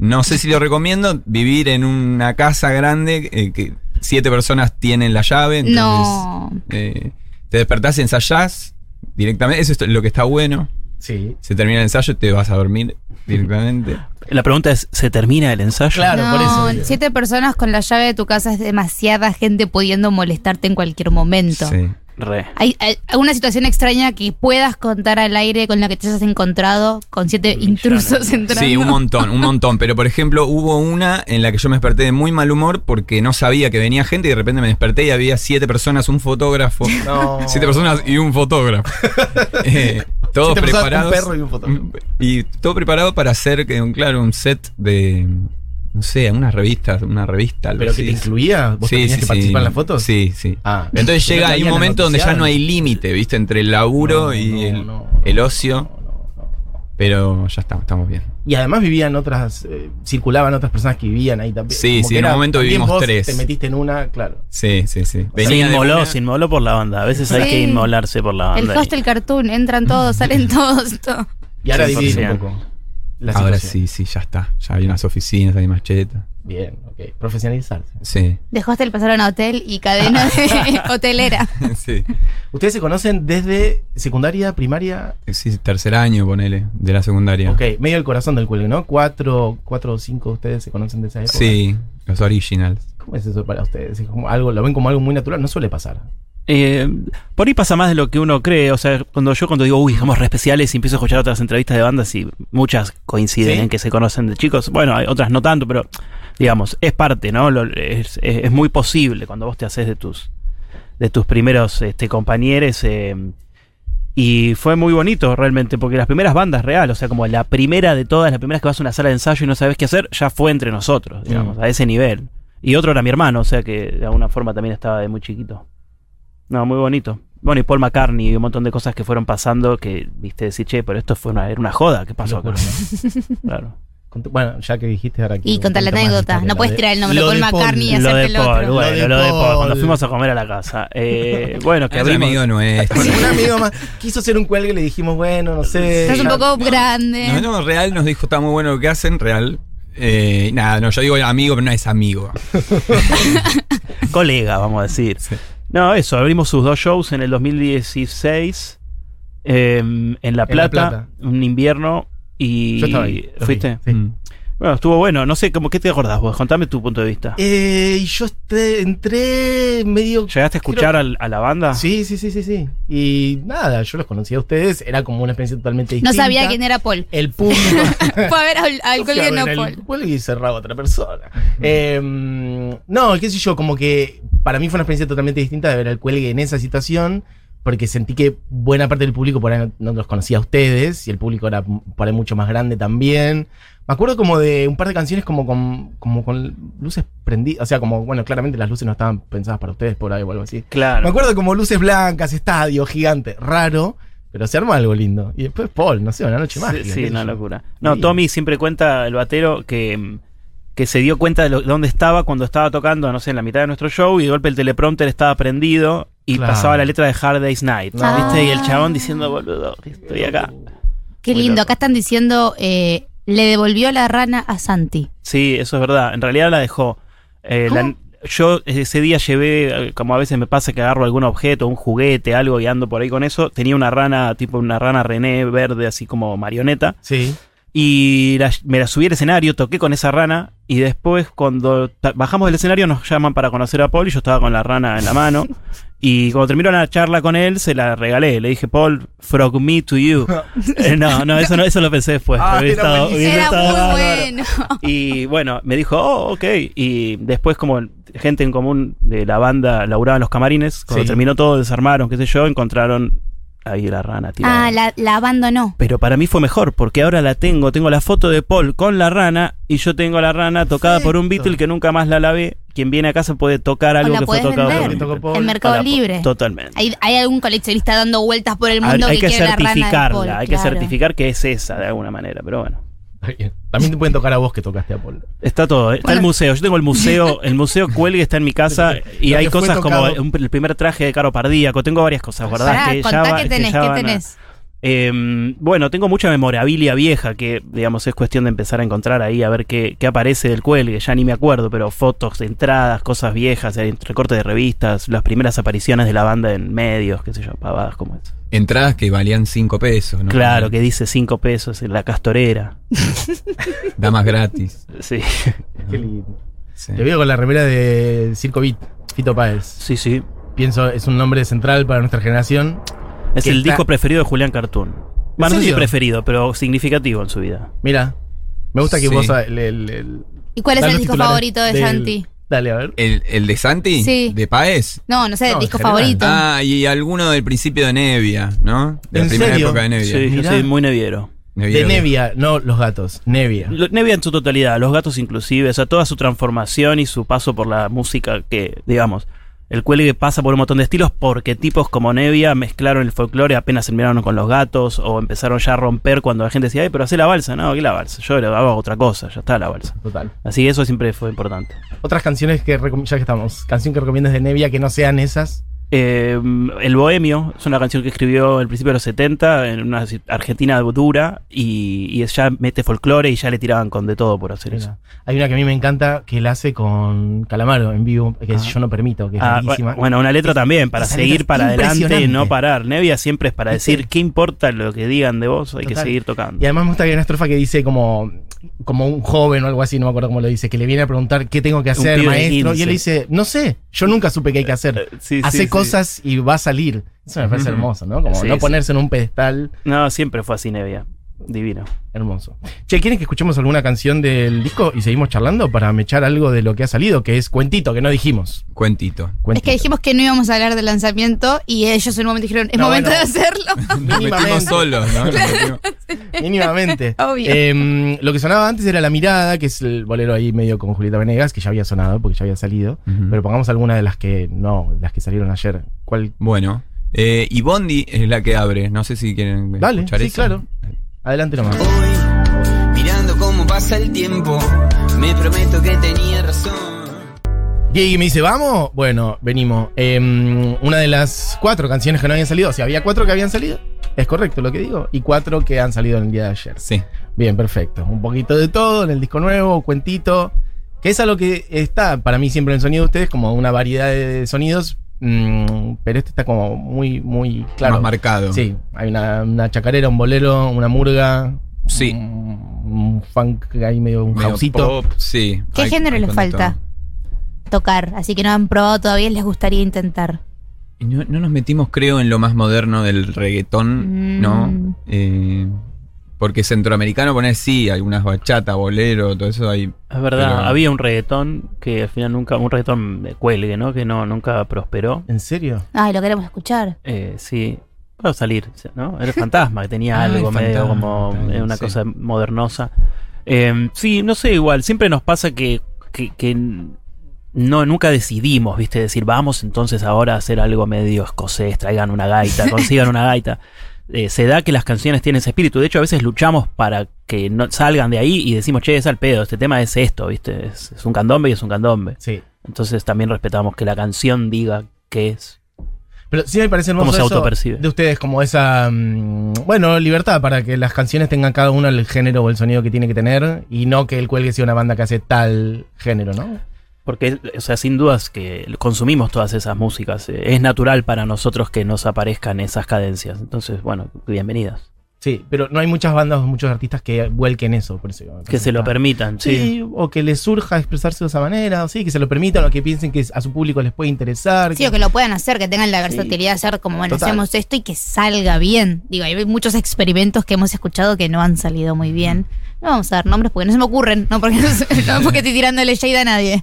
Speaker 3: No sé si lo recomiendo vivir en una casa grande eh, que siete personas tienen la llave. Entonces,
Speaker 5: No.
Speaker 3: eh, te despertás, ensayás directamente. Eso es lo que está bueno.
Speaker 2: Sí.
Speaker 3: Se termina el ensayo, te vas a dormir directamente.
Speaker 4: La pregunta es, ¿se termina el ensayo?
Speaker 2: Claro, por eso
Speaker 5: no,
Speaker 2: digo.
Speaker 5: siete personas con la llave de tu casa es demasiada gente pudiendo molestarte en cualquier momento.
Speaker 3: Sí.
Speaker 4: Re.
Speaker 5: ¿Hay, hay alguna situación extraña que puedas contar al aire con la que te hayas encontrado con siete
Speaker 4: Millones.
Speaker 5: intrusos entrando?
Speaker 3: Sí, un montón, un montón. Pero por ejemplo, hubo una en la que yo me desperté de muy mal humor porque no sabía que venía gente y de repente me desperté y había siete personas, un fotógrafo.
Speaker 2: No.
Speaker 3: Siete personas y un fotógrafo. Eh, todos
Speaker 2: Siete personas,
Speaker 3: preparados.
Speaker 2: un perro y un fotógrafo.
Speaker 3: Y todo preparado para hacer, que, un- claro, un set de. No sé, unas revistas, una revista. algo
Speaker 2: ¿Pero que te
Speaker 3: así.
Speaker 2: incluía? ¿Vos
Speaker 3: Sí,
Speaker 2: tenías
Speaker 3: sí,
Speaker 2: que
Speaker 3: sí.
Speaker 2: participar en las fotos?
Speaker 3: Sí, sí.
Speaker 2: Ah.
Speaker 3: Entonces
Speaker 2: Pero
Speaker 3: llega
Speaker 2: te
Speaker 3: ahí un
Speaker 2: habían
Speaker 3: momento donde ya no hay
Speaker 2: noticiado.
Speaker 3: límite, ¿viste? Entre el laburo
Speaker 2: No,
Speaker 3: y
Speaker 2: no,
Speaker 3: el,
Speaker 2: no, no.
Speaker 3: el ocio.
Speaker 2: No, no, no.
Speaker 3: Pero ya está, estamos bien.
Speaker 2: Y además vivían otras, eh, circulaban otras personas que vivían ahí también.
Speaker 3: Sí, sí,
Speaker 2: que
Speaker 3: en un momento
Speaker 2: también
Speaker 3: vivimos
Speaker 2: vos
Speaker 3: tres.
Speaker 2: Te metiste en una, claro.
Speaker 3: Sí, sí, sí.
Speaker 4: se
Speaker 3: Venía de
Speaker 4: inmoló,
Speaker 3: una-
Speaker 4: se inmoló por la banda. A veces hay
Speaker 5: Sí.
Speaker 4: que inmolarse por la banda.
Speaker 5: El
Speaker 4: y-
Speaker 5: hostel cartoon, entran todos, salen todos. todo.
Speaker 2: Y ahora
Speaker 4: 100%.
Speaker 2: dividís un poco. la
Speaker 3: Ahora
Speaker 2: situación.
Speaker 3: sí, sí, ya está. Ya hay unas oficinas, hay más chetas.
Speaker 2: Bien, ok. Profesionalizarse.
Speaker 3: Sí.
Speaker 5: Dejaste el pasar a un hotel y cadena de hotelera.
Speaker 3: sí.
Speaker 2: Ustedes se conocen desde secundaria, primaria.
Speaker 3: Sí, tercer año, ponele, de la secundaria.
Speaker 2: Ok, medio el corazón del cuelgue, ¿no? Cuatro, cuatro o cinco de ustedes se conocen de esa época.
Speaker 3: Sí, los originals.
Speaker 2: ¿Cómo es eso para ustedes? Es como algo, lo ven como algo muy natural, no suele pasar.
Speaker 4: Eh, por ahí pasa más de lo que uno cree. O sea, cuando yo cuando digo, uy, somos re especiales y empiezo a escuchar otras entrevistas de bandas y muchas coinciden
Speaker 2: Sí.
Speaker 4: en que se conocen de chicos. Bueno, hay otras no tanto, pero digamos, es parte, ¿no? Lo- es, es- es muy posible cuando vos te haces de tus, de tus primeros este, compañeros. eh, y fue muy bonito realmente, porque las primeras bandas real, o sea, como la primera de todas, la primera que vas a una sala de ensayo y no sabes qué hacer, ya fue entre nosotros, digamos,
Speaker 2: Mm.
Speaker 4: a ese nivel. Y otro era mi hermano, o sea que de alguna forma también estaba de muy chiquito. No, muy bonito. Bueno, y Paul McCartney y un montón de cosas que fueron pasando que, viste, decir, che, pero esto fue una, era una joda, ¿qué pasó? acá?"
Speaker 2: Locura, ¿no?
Speaker 4: Claro.
Speaker 2: Cont- Bueno, ya que dijiste ahora
Speaker 5: Y contar la anécdota. No puedes tirar el nombre de Paul McCartney y
Speaker 4: lo
Speaker 5: hacerte
Speaker 4: de
Speaker 5: el
Speaker 4: Paul,
Speaker 5: otro.
Speaker 4: bueno,
Speaker 2: de
Speaker 4: lo de Paul, cuando
Speaker 2: Paul.
Speaker 4: fuimos a comer a la casa. Eh, bueno, que
Speaker 3: Es
Speaker 4: abrimos.
Speaker 3: amigo nuestro.
Speaker 2: Sí, un amigo más quiso hacer un cuelgue y le dijimos, bueno, no sé.
Speaker 5: Estás un
Speaker 2: ya-
Speaker 5: poco grande.
Speaker 3: No, no, Real nos dijo, está muy bueno lo que hacen, Real. Eh, nada, no, yo digo amigo, pero no es amigo.
Speaker 4: colega, vamos a decir.
Speaker 3: Sí.
Speaker 4: No, eso, abrimos sus dos shows en el 2016 eh, en La
Speaker 2: En La
Speaker 4: Plata,
Speaker 2: Plata.
Speaker 4: un invierno y
Speaker 2: Yo estaba ahí. lo
Speaker 4: ¿Fuiste?
Speaker 2: vi, sí.
Speaker 3: Mm.
Speaker 4: Bueno, estuvo bueno, no sé, ¿cómo, ¿qué te acordás vos? Contame tu punto de vista.
Speaker 2: Eh, y yo este- entré medio.
Speaker 4: ¿Llegaste a escuchar al- a la banda?
Speaker 2: Sí, sí, sí, sí, sí. Y nada, yo los conocía a ustedes, era como una experiencia totalmente
Speaker 5: No
Speaker 2: distinta.
Speaker 5: sabía quién era Paul.
Speaker 2: El público.
Speaker 5: Fue a ver al, al
Speaker 2: Fui a
Speaker 5: colegio
Speaker 2: ver
Speaker 5: no
Speaker 2: el
Speaker 5: Paul.
Speaker 2: cuelgue y cerraba otra persona. Eh, no, qué sé yo, como que para mí fue una experiencia totalmente distinta de ver al cuelgue en esa situación, porque sentí que buena parte del público por ahí no, no los conocía a ustedes, y el público era por ahí mucho más grande también. Me acuerdo como de un par de canciones como con, como con luces prendidas, o sea, como, bueno, claramente las luces no estaban pensadas para ustedes por ahí o algo así. Me
Speaker 4: Claro.
Speaker 2: acuerdo como luces blancas, estadio gigante, raro, pero se armó algo lindo. Y después Paul, no sé, una noche más.
Speaker 4: Sí, sí, una locura. No, Tommy siempre cuenta, el batero, que, que se dio cuenta de, lo- de dónde estaba cuando estaba tocando, no sé, en la mitad de nuestro show y de golpe el teleprompter estaba prendido y
Speaker 2: Claro. Ah.
Speaker 4: pasaba la letra de Hard Day's Night.
Speaker 2: No.
Speaker 4: ¿Viste? Y el chabón diciendo, boludo, que estoy acá.
Speaker 5: Qué
Speaker 4: Muy
Speaker 5: lindo.
Speaker 4: loco.
Speaker 5: Acá están diciendo, eh, le devolvió la rana a Santi.
Speaker 4: Sí, eso es verdad. En realidad la dejó. Eh, la- yo ese día llevé, eh, como a veces me pasa que agarro algún objeto, un juguete, algo y ando por ahí con eso. Tenía una rana, tipo una rana René verde, así como marioneta.
Speaker 2: Sí.
Speaker 4: Y la- me la subí al escenario, toqué con esa rana. Y después, cuando ta- bajamos del escenario, nos llaman para conocer a Paul. Y yo estaba con la rana en la mano. Y cuando terminó la charla con él, se la regalé. Le dije, Paul, frog me to you. Eh, no, no, eso no, eso lo pensé después.
Speaker 2: Ah,
Speaker 4: Hubiera
Speaker 2: era
Speaker 4: estado-
Speaker 2: buenísimo.
Speaker 4: hubiera
Speaker 5: Era
Speaker 4: estado
Speaker 5: muy
Speaker 4: bárbaro.
Speaker 5: bueno.
Speaker 4: Y bueno, me dijo, oh, ok. Y después, como gente en común de la banda laburaba en los camarines, cuando
Speaker 2: Sí.
Speaker 4: terminó todo, desarmaron, qué sé yo, encontraron ahí la rana, tirada.
Speaker 5: Ah, la, la abandonó.
Speaker 4: Pero para mí fue mejor, porque ahora la tengo. Tengo la foto de Paul con la rana y yo tengo la rana tocada por un
Speaker 2: Perfecto.
Speaker 4: Beatle que nunca más la lavé. Quien viene a casa puede tocar algo
Speaker 5: la
Speaker 4: que fue
Speaker 5: podés
Speaker 4: tocado
Speaker 5: vender.
Speaker 4: por un
Speaker 2: Tocó
Speaker 4: Beatle.
Speaker 2: Paul.
Speaker 5: En Mercado
Speaker 4: Hola,
Speaker 5: Libre.
Speaker 4: Totalmente.
Speaker 5: ¿Hay, hay algún coleccionista dando vueltas por el
Speaker 4: Hay,
Speaker 5: mundo
Speaker 4: hay
Speaker 5: que,
Speaker 4: que
Speaker 5: quiere la rana de
Speaker 4: certificarla,
Speaker 5: Paul,
Speaker 4: hay que
Speaker 5: claro.
Speaker 4: certificar que es esa de alguna manera, pero bueno.
Speaker 2: Está bien. También te pueden tocar a vos que tocaste a Paul.
Speaker 4: Está todo, ¿eh? está el museo. Yo tengo el museo, el museo cuelgue está en mi casa y
Speaker 2: Lo
Speaker 4: hay
Speaker 2: que fue
Speaker 4: cosas como
Speaker 2: tocado.
Speaker 4: un- el primer traje de Caro Pardíaco. Tengo varias cosas, ¿verdad?
Speaker 5: Pará, contá
Speaker 4: va-
Speaker 5: qué tenés,
Speaker 4: ya
Speaker 5: qué
Speaker 4: van a-
Speaker 5: tenés.
Speaker 4: Eh, bueno, tengo mucha memorabilia vieja que, digamos, es cuestión de empezar a encontrar ahí, a ver qué, qué aparece del cuelgue. Ya ni me acuerdo, pero fotos, entradas, cosas viejas, eh, recortes de revistas, las primeras apariciones de la banda en medios, qué sé yo, pavadas como eso.
Speaker 3: Entradas que valían 5 pesos, ¿no?
Speaker 4: Claro, que dice cinco pesos en la castorera.
Speaker 3: Damas gratis.
Speaker 4: Sí,
Speaker 2: Qué lindo.
Speaker 3: Sí.
Speaker 2: Te veo con la remera de Circo Beat, Fito Páez.
Speaker 4: sí, sí.
Speaker 2: Pienso, es un nombre central para nuestra generación.
Speaker 4: Es
Speaker 2: Que
Speaker 4: el
Speaker 2: está-
Speaker 4: disco preferido de Julián Cartoon. Bueno, no sé si
Speaker 2: serio?
Speaker 4: preferido, pero significativo en su vida.
Speaker 2: Mira, me gusta que
Speaker 3: Sí.
Speaker 2: vos. el- el- el-
Speaker 5: ¿Y cuál es
Speaker 2: dan
Speaker 5: el
Speaker 2: los
Speaker 5: disco
Speaker 2: titulares
Speaker 5: favorito de
Speaker 2: del-
Speaker 5: Santi?
Speaker 2: Dale, a ver.
Speaker 3: ¿El, el de Santi?
Speaker 5: Sí.
Speaker 3: ¿De Paez?
Speaker 5: No, no sé,
Speaker 2: No,
Speaker 5: el disco
Speaker 2: en general.
Speaker 5: favorito.
Speaker 3: Ah, y alguno del principio de Nevia, ¿no? De la
Speaker 2: ¿En
Speaker 3: primera
Speaker 2: serio?
Speaker 3: época de Nevia.
Speaker 4: Sí, yo
Speaker 2: Mirá.
Speaker 4: soy muy neviero.
Speaker 2: De
Speaker 3: viejo.
Speaker 2: Nevia, no los gatos. Nevia.
Speaker 4: Lo- Nevia en su totalidad, los gatos inclusive, o sea, toda su transformación y su paso por la música que, digamos, el cuelgue pasa por un montón de estilos porque tipos como Nevia mezclaron el folclore apenas terminaron con los gatos o empezaron ya a romper cuando la gente decía, ay, pero hace la balsa, no, ¿qué la balsa? Yo le hago otra cosa, ya está la balsa.
Speaker 2: Total.
Speaker 4: Así que eso siempre fue importante.
Speaker 2: Otras canciones que recom- ya que estamos, canción que recomiendas de Nevia que no sean esas.
Speaker 4: Eh, el Bohemio es una canción que escribió el principio de los 70 en una si- Argentina dura y, y es- ya mete folclore y ya le tiraban con de todo por hacer eso.
Speaker 2: Mira, Hay una que a mí me encanta que la hace con Calamaro en vivo, que es
Speaker 4: Ah.
Speaker 2: yo no permito, que es
Speaker 4: Ah,
Speaker 2: larguísima.
Speaker 4: bueno, una letra también, para
Speaker 2: Esa letra
Speaker 4: seguir
Speaker 2: es
Speaker 4: para adelante,
Speaker 2: impresionante.
Speaker 4: no parar. Nevia siempre es para
Speaker 2: ¿Viste?
Speaker 4: decir, ¿qué importa lo que digan de vos? Hay que
Speaker 2: Total.
Speaker 4: seguir tocando.
Speaker 2: Y además me gusta que hay una estrofa que dice como, como un joven o algo así, no me acuerdo cómo lo dice, que le viene a preguntar qué tengo que hacer,
Speaker 4: pibe de
Speaker 2: maestro. Y
Speaker 4: 15.
Speaker 2: él le dice, no sé, yo nunca supe qué hay que hacer.
Speaker 4: Eh, Sí, sí,
Speaker 2: Hace
Speaker 4: sí.
Speaker 2: cosas y va a salir. Eso me parece
Speaker 3: Ujú.
Speaker 2: hermoso, ¿no? Como
Speaker 4: Sí,
Speaker 2: no
Speaker 4: sí.
Speaker 2: ponerse en un pedestal.
Speaker 4: No, siempre fue así Nevia. Divino.
Speaker 2: Hermoso. Che, ¿quieren que escuchemos alguna canción del disco y seguimos charlando para mechar algo de lo que ha salido? Que es Cuentito, que no dijimos.
Speaker 3: Cuentito.
Speaker 5: Es que dijimos que no íbamos a hablar del lanzamiento y ellos en un momento dijeron, es
Speaker 2: No,
Speaker 5: momento
Speaker 2: bueno.
Speaker 5: de hacerlo.
Speaker 3: Nos metimos
Speaker 2: Mínimamente.
Speaker 3: solos, ¿no? Nos metimos-
Speaker 2: Mínimamente.
Speaker 5: Obvio.
Speaker 2: Eh, lo que sonaba antes era La Mirada, que es el bolero ahí medio con Julieta Venegas, que ya había sonado porque ya había salido.
Speaker 3: Ujú.
Speaker 2: Pero pongamos alguna de las que no, las que salieron ayer. ¿Cuál?
Speaker 3: Bueno. eh, y Bondi es la que abre. No sé si quieren
Speaker 2: Dale,
Speaker 3: escuchar
Speaker 2: sí,
Speaker 3: eso.
Speaker 2: claro. Adelante nomás.
Speaker 6: Hoy, mirando cómo pasa el tiempo, me prometo que tenía razón.
Speaker 2: Diego me dice, ¿vamos? Bueno, venimos. Eh, una de las cuatro canciones que no habían salido. O sea, había cuatro que habían salido. Es correcto lo que digo. Y cuatro que han salido en el día de ayer.
Speaker 3: Sí.
Speaker 2: Bien, perfecto. Un poquito de todo en el disco nuevo, cuentito. Que es algo que está para mí siempre en el sonido de ustedes, como una variedad de sonidos. mm, pero este está como muy, muy claro.
Speaker 3: Más marcado.
Speaker 2: Sí, hay una, una chacarera, un bolero, una murga.
Speaker 3: Sí.
Speaker 2: Un, un funk ahí medio, un
Speaker 3: Medio
Speaker 2: jausito.
Speaker 3: pop, sí.
Speaker 5: ¿Qué
Speaker 3: Hay-
Speaker 5: género
Speaker 3: hay
Speaker 5: les
Speaker 3: con
Speaker 5: falta?
Speaker 3: todo.
Speaker 5: Tocar, así que no han probado todavía y les gustaría intentar.
Speaker 3: Y No, no nos metimos, creo, en lo más moderno del reggaetón,
Speaker 5: Mm.
Speaker 3: ¿no? Eh, porque centroamericano poner sí, algunas bachata, bolero, todo eso hay.
Speaker 4: Es verdad,
Speaker 3: Pero-
Speaker 4: había un reggaetón que al final nunca, un reggaetón de cuelgue, ¿no? Que no, nunca prosperó.
Speaker 2: ¿En serio?
Speaker 5: Ay, lo queremos escuchar.
Speaker 4: Eh, sí, para salir, ¿no? Era el fantasma, que tenía
Speaker 3: Ah, el
Speaker 4: algo medio
Speaker 3: fantasma,
Speaker 4: como
Speaker 3: está bien,
Speaker 4: eh, una
Speaker 3: sí.
Speaker 4: cosa modernosa. Eh, sí, no sé, igual, siempre nos pasa que, que, que no, nunca decidimos, ¿viste? Decir, vamos entonces ahora a hacer algo medio escocés, traigan una gaita, consigan una gaita. Eh, se da que las canciones tienen ese espíritu. De hecho, a veces luchamos para que no salgan de ahí y decimos, che, es al pedo, este tema es esto, ¿viste? Es, es un candombe y es un candombe.
Speaker 2: Sí.
Speaker 4: Entonces también respetamos que la canción diga qué es.
Speaker 2: Pero sí me parece hermoso
Speaker 4: ¿Cómo se
Speaker 2: eso
Speaker 4: autopercibe?
Speaker 2: de ustedes, como esa, mm, bueno, libertad para que las canciones tengan cada uno el género o el sonido que tiene que tener y no que el cuelgue sea una banda que hace tal género, ¿no?
Speaker 4: Porque, o sea, sin dudas que consumimos todas esas músicas. Eh, Es natural para nosotros que nos aparezcan esas cadencias. Entonces, bueno, bienvenidas.
Speaker 2: Sí, pero no hay muchas bandas o muchos artistas que vuelquen eso, por eso. digo, me
Speaker 4: Que
Speaker 2: parece
Speaker 4: se lo
Speaker 2: está-
Speaker 4: permitan,
Speaker 2: Sí,
Speaker 4: sí.
Speaker 2: o que les surja expresarse de esa manera, o sí, que se lo permitan, o que piensen que a su público les puede interesar.
Speaker 5: Sí, o que lo puedan hacer, que tengan la versatilidad de hacer como, bueno,
Speaker 2: Total.
Speaker 5: hacemos esto y que salga bien. Digo, hay muchos experimentos que hemos escuchado que no han salido muy bien. No vamos a dar nombres porque no se me ocurren, no porque, no porque estoy tirándole shade a nadie.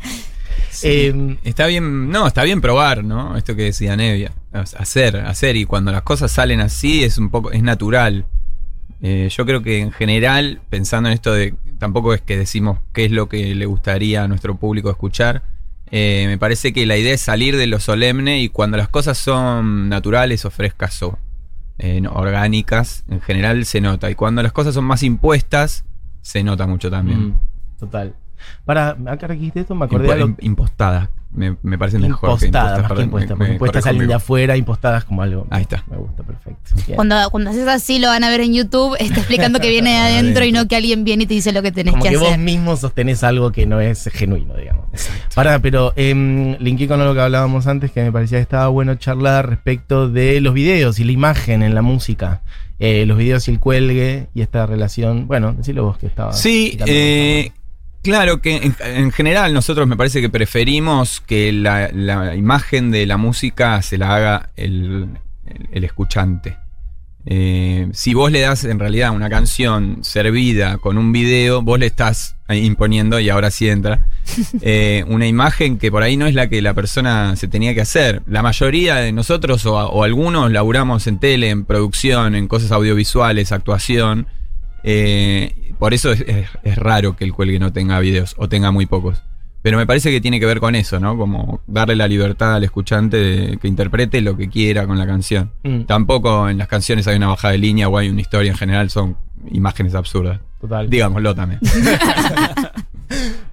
Speaker 2: Eh,
Speaker 3: Está bien, no, está bien probar, ¿no? Esto que decía Nevia. Hacer, hacer. Y cuando las cosas salen así es un poco, es natural. Eh, yo creo que en general, pensando en esto de, tampoco es que decimos qué es lo que le gustaría a nuestro público escuchar. Eh, me parece que la idea es salir de lo solemne y cuando las cosas son naturales o frescas o eh, no, orgánicas, en general se nota. Y cuando las cosas son más impuestas, se nota mucho también.
Speaker 2: mm, total. Para, acá que dijiste esto, me acordé de
Speaker 3: Impo-
Speaker 2: algo
Speaker 3: im- Impostada. Me, me parece mejor que
Speaker 2: impostada, más que
Speaker 3: perdón,
Speaker 2: impuesta.
Speaker 3: me-
Speaker 2: porque
Speaker 3: me
Speaker 2: impuestas
Speaker 3: corrijo
Speaker 2: salen de
Speaker 3: mi-
Speaker 2: afuera, impostadas como algo.
Speaker 3: Ahí está.
Speaker 2: Me gusta, perfecto. Bien.
Speaker 5: Cuando, cuando haces así lo van a ver en YouTube, está explicando que viene de adentro y no que alguien viene y te dice lo que tenés
Speaker 2: Como
Speaker 5: que,
Speaker 2: que vos
Speaker 5: hacer.
Speaker 2: mismo sostenés algo que no es genuino, digamos. Pará, pero em, linké con algo que hablábamos antes que me parecía que estaba bueno charlar respecto de los videos y la imagen en la música. Eh, los videos y el cuelgue y esta relación. Bueno, decilo vos que estaba.
Speaker 3: Sí,
Speaker 2: explicando.
Speaker 3: eh, claro que en, en general nosotros me parece que preferimos que la, la imagen de la música se la haga el, el- el escuchante. Eh, si vos le das en realidad una canción servida con un video, vos le estás ahí imponiendo, y ahora sí entra, eh, una imagen que por ahí no es la que la persona se tenía que hacer. La mayoría de nosotros o, o algunos laburamos en tele, en producción, en cosas audiovisuales, actuación. Eh, por eso es, es- es raro que el cuelgue no tenga videos o tenga muy pocos. Pero me parece que tiene que ver con eso, ¿no? Como darle la libertad al escuchante de que interprete lo que quiera con la canción.
Speaker 2: Mm,
Speaker 3: Tampoco en las canciones hay una bajada de línea o hay una historia en general, son imágenes absurdas.
Speaker 2: total.
Speaker 3: Digámoslo también.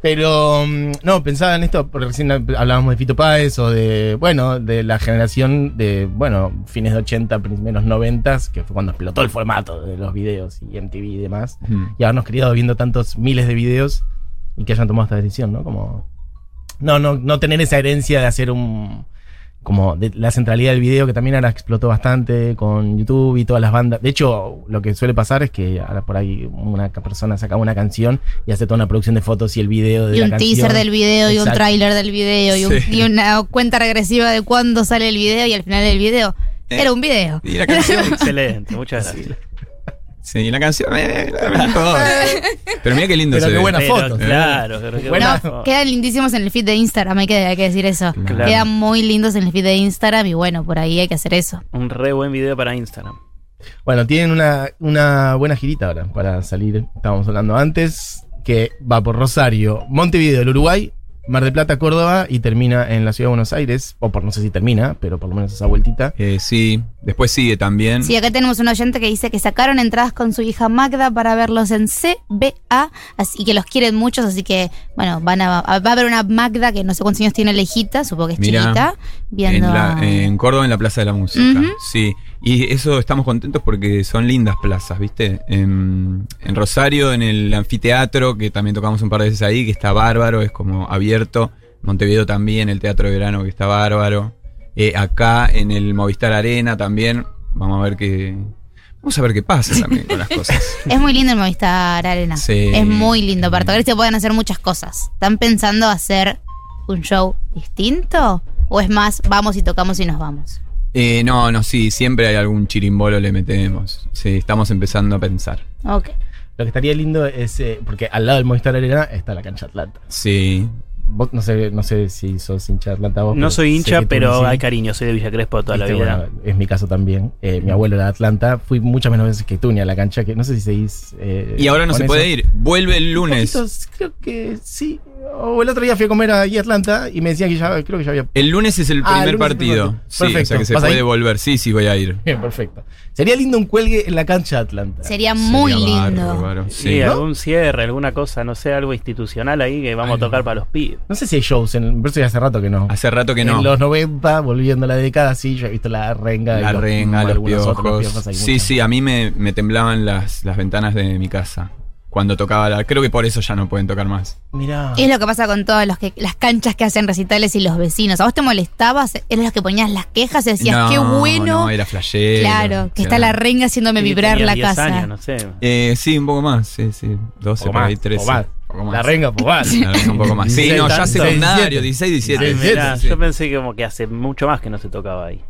Speaker 2: Pero mm, no, pensaba en esto, porque recién hablábamos de Fito Páez o de, bueno, de la generación de, bueno, fines de 80, primeros 90, que fue cuando explotó el formato de los videos y MTV y demás.
Speaker 3: Mm.
Speaker 2: Y habernos criado viendo tantos miles de videos y que hayan tomado esta decisión, ¿no? Como. No, no, no tener esa herencia de hacer un. Como de la centralidad del video, que también ahora explotó bastante con YouTube y todas las bandas. De hecho, lo que suele pasar es que ahora por ahí una ca- persona saca una canción y hace toda una producción de fotos y el video de
Speaker 5: Y
Speaker 2: la
Speaker 5: un
Speaker 2: canción.
Speaker 5: teaser del video, y un
Speaker 2: Exacto.
Speaker 5: tráiler del video, y, un-
Speaker 3: Sí.
Speaker 5: y una cuenta regresiva de cuándo sale el video y al final del video.
Speaker 3: Eh.
Speaker 5: Era un video.
Speaker 3: Y la canción.
Speaker 4: Excelente, muchas gracias.
Speaker 3: sí, la canción. eh, la- todo. Pero mira qué lindo
Speaker 2: Pero
Speaker 3: se
Speaker 2: qué
Speaker 3: ve.
Speaker 2: buena
Speaker 4: Pero,
Speaker 2: foto.
Speaker 4: Claro, pero qué
Speaker 2: Bueno,
Speaker 4: buena
Speaker 5: No,
Speaker 4: foto.
Speaker 5: quedan lindísimos en el feed de Instagram, hay que, hay que decir eso.
Speaker 3: Claro.
Speaker 5: Quedan muy lindos en el feed de Instagram y bueno, por ahí hay que hacer eso.
Speaker 4: Un re buen video para Instagram.
Speaker 2: Bueno, tienen una, una buena girita ahora para salir. Estábamos hablando antes, que va por Rosario, Montevideo, el Uruguay, Mar del Plata, Córdoba y termina en la ciudad de Buenos Aires. O por no sé si termina, pero por lo menos esa vueltita.
Speaker 3: Eh, sí, después sigue también.
Speaker 5: Sí, acá tenemos un oyente que dice que sacaron entradas con su hija Magda para verlos en CBA así y que los quieren muchos, así que bueno, van a, a- va a haber una Magda que no sé cuántos años tiene lejita, supongo que es
Speaker 3: Mirá,
Speaker 5: chiquita, viendo...
Speaker 3: En, la- en Córdoba, en la Plaza de la Música.
Speaker 5: Ujú.
Speaker 3: Sí. Y eso estamos contentos porque son lindas plazas, ¿viste? En, en Rosario, en el anfiteatro, que también tocamos un par de veces ahí, que está bárbaro, es como abierto. Montevideo también, el Teatro de Verano, que está bárbaro. Eh, acá, en el Movistar Arena también. Vamos a ver qué. Vamos a ver qué pasa también con las cosas.
Speaker 5: Es muy lindo el Movistar Arena.
Speaker 3: Sí. Mm.
Speaker 5: Es muy lindo. Para tocar se pueden hacer muchas cosas. ¿Están pensando hacer un show distinto? ¿O es más, vamos y tocamos y nos vamos?
Speaker 3: Eh, no, no, sí, siempre hay algún chirimbolo le metemos. Sí, estamos empezando a pensar.
Speaker 5: Ok.
Speaker 2: Lo que estaría lindo es, eh, porque al lado del Movistar Arena está la cancha Atlanta.
Speaker 3: Sí.
Speaker 2: Vos- no, sé, no sé si sos hincha de Atlanta vos.
Speaker 4: No
Speaker 2: pero
Speaker 4: soy
Speaker 2: sé
Speaker 4: hincha,
Speaker 2: que tú
Speaker 4: pero
Speaker 2: sí.
Speaker 4: hay cariño, soy de Villa Crespo toda la
Speaker 2: Viste,
Speaker 4: vida.
Speaker 2: bueno, es mi caso también. Eh, mi abuelo era de Atlanta. Fui muchas menos veces que tú ni a la cancha, que no sé si seguís. eh,
Speaker 3: Y ahora no
Speaker 2: con
Speaker 3: se
Speaker 2: eso.
Speaker 3: puede ir. Vuelve el lunes.
Speaker 2: Poquitos, creo que sí. O el otro día fui a comer ahí a Atlanta y me decían que ya, creo que ya había.
Speaker 3: El lunes es el
Speaker 2: Ah,
Speaker 3: primer
Speaker 2: el lunes es el primer
Speaker 3: partido.
Speaker 2: partido.
Speaker 3: Sí, o
Speaker 2: Perfecto.
Speaker 3: sea que se
Speaker 2: ¿Vas
Speaker 3: puede
Speaker 2: ahí?
Speaker 3: volver. Sí, sí, voy a ir.
Speaker 2: Bien, perfecto. Sería lindo un cuelgue en la cancha de Atlanta.
Speaker 5: Sería muy
Speaker 3: Sería
Speaker 5: lindo.
Speaker 3: bárbaro.
Speaker 4: Sí,
Speaker 3: Sí.
Speaker 4: algún cierre, alguna cosa, no sé, algo institucional ahí que vamos a tocar para los pibes.
Speaker 2: No sé si hay shows, en, pero eso ya hace rato que no.
Speaker 3: Hace rato que
Speaker 2: En
Speaker 3: no.
Speaker 2: los 90, volviendo a la década, sí, yo he visto la renga. y
Speaker 3: La
Speaker 2: los-
Speaker 3: renga, los
Speaker 2: algunos
Speaker 3: piojos.
Speaker 2: otros piojos, hay
Speaker 3: sí,
Speaker 2: muchas.
Speaker 3: sí, a mí me, me temblaban las, las ventanas de mi casa cuando tocaba la. Creo que por eso ya no pueden tocar más.
Speaker 2: Mirá.
Speaker 5: Es lo que pasa con todas los que- las canchas que hacen recitales y los vecinos. ¿A vos te molestabas? ¿Eres los que ponías las quejas y decías,
Speaker 3: no,
Speaker 5: qué bueno?
Speaker 3: No, era flashero.
Speaker 5: claro, que está
Speaker 3: Era-
Speaker 5: la renga haciéndome
Speaker 4: Sí,
Speaker 5: vibrar
Speaker 4: tenía
Speaker 5: la
Speaker 4: 10
Speaker 5: casa.
Speaker 4: años, no sé.
Speaker 3: Eh, sí, un poco más. Sí, sí. 12,
Speaker 2: Poco
Speaker 3: por ahí,
Speaker 2: más,
Speaker 3: 13.
Speaker 2: poco más.
Speaker 3: Poco
Speaker 2: La
Speaker 3: más.
Speaker 2: renga, pues va.
Speaker 3: La renga un poco más. Sí, no, ya
Speaker 2: 16,
Speaker 3: secundario, 16,
Speaker 4: Ah,
Speaker 3: 17.
Speaker 4: mirá,
Speaker 3: Sí, sí.
Speaker 4: Yo pensé que como que hace mucho más que no se tocaba ahí.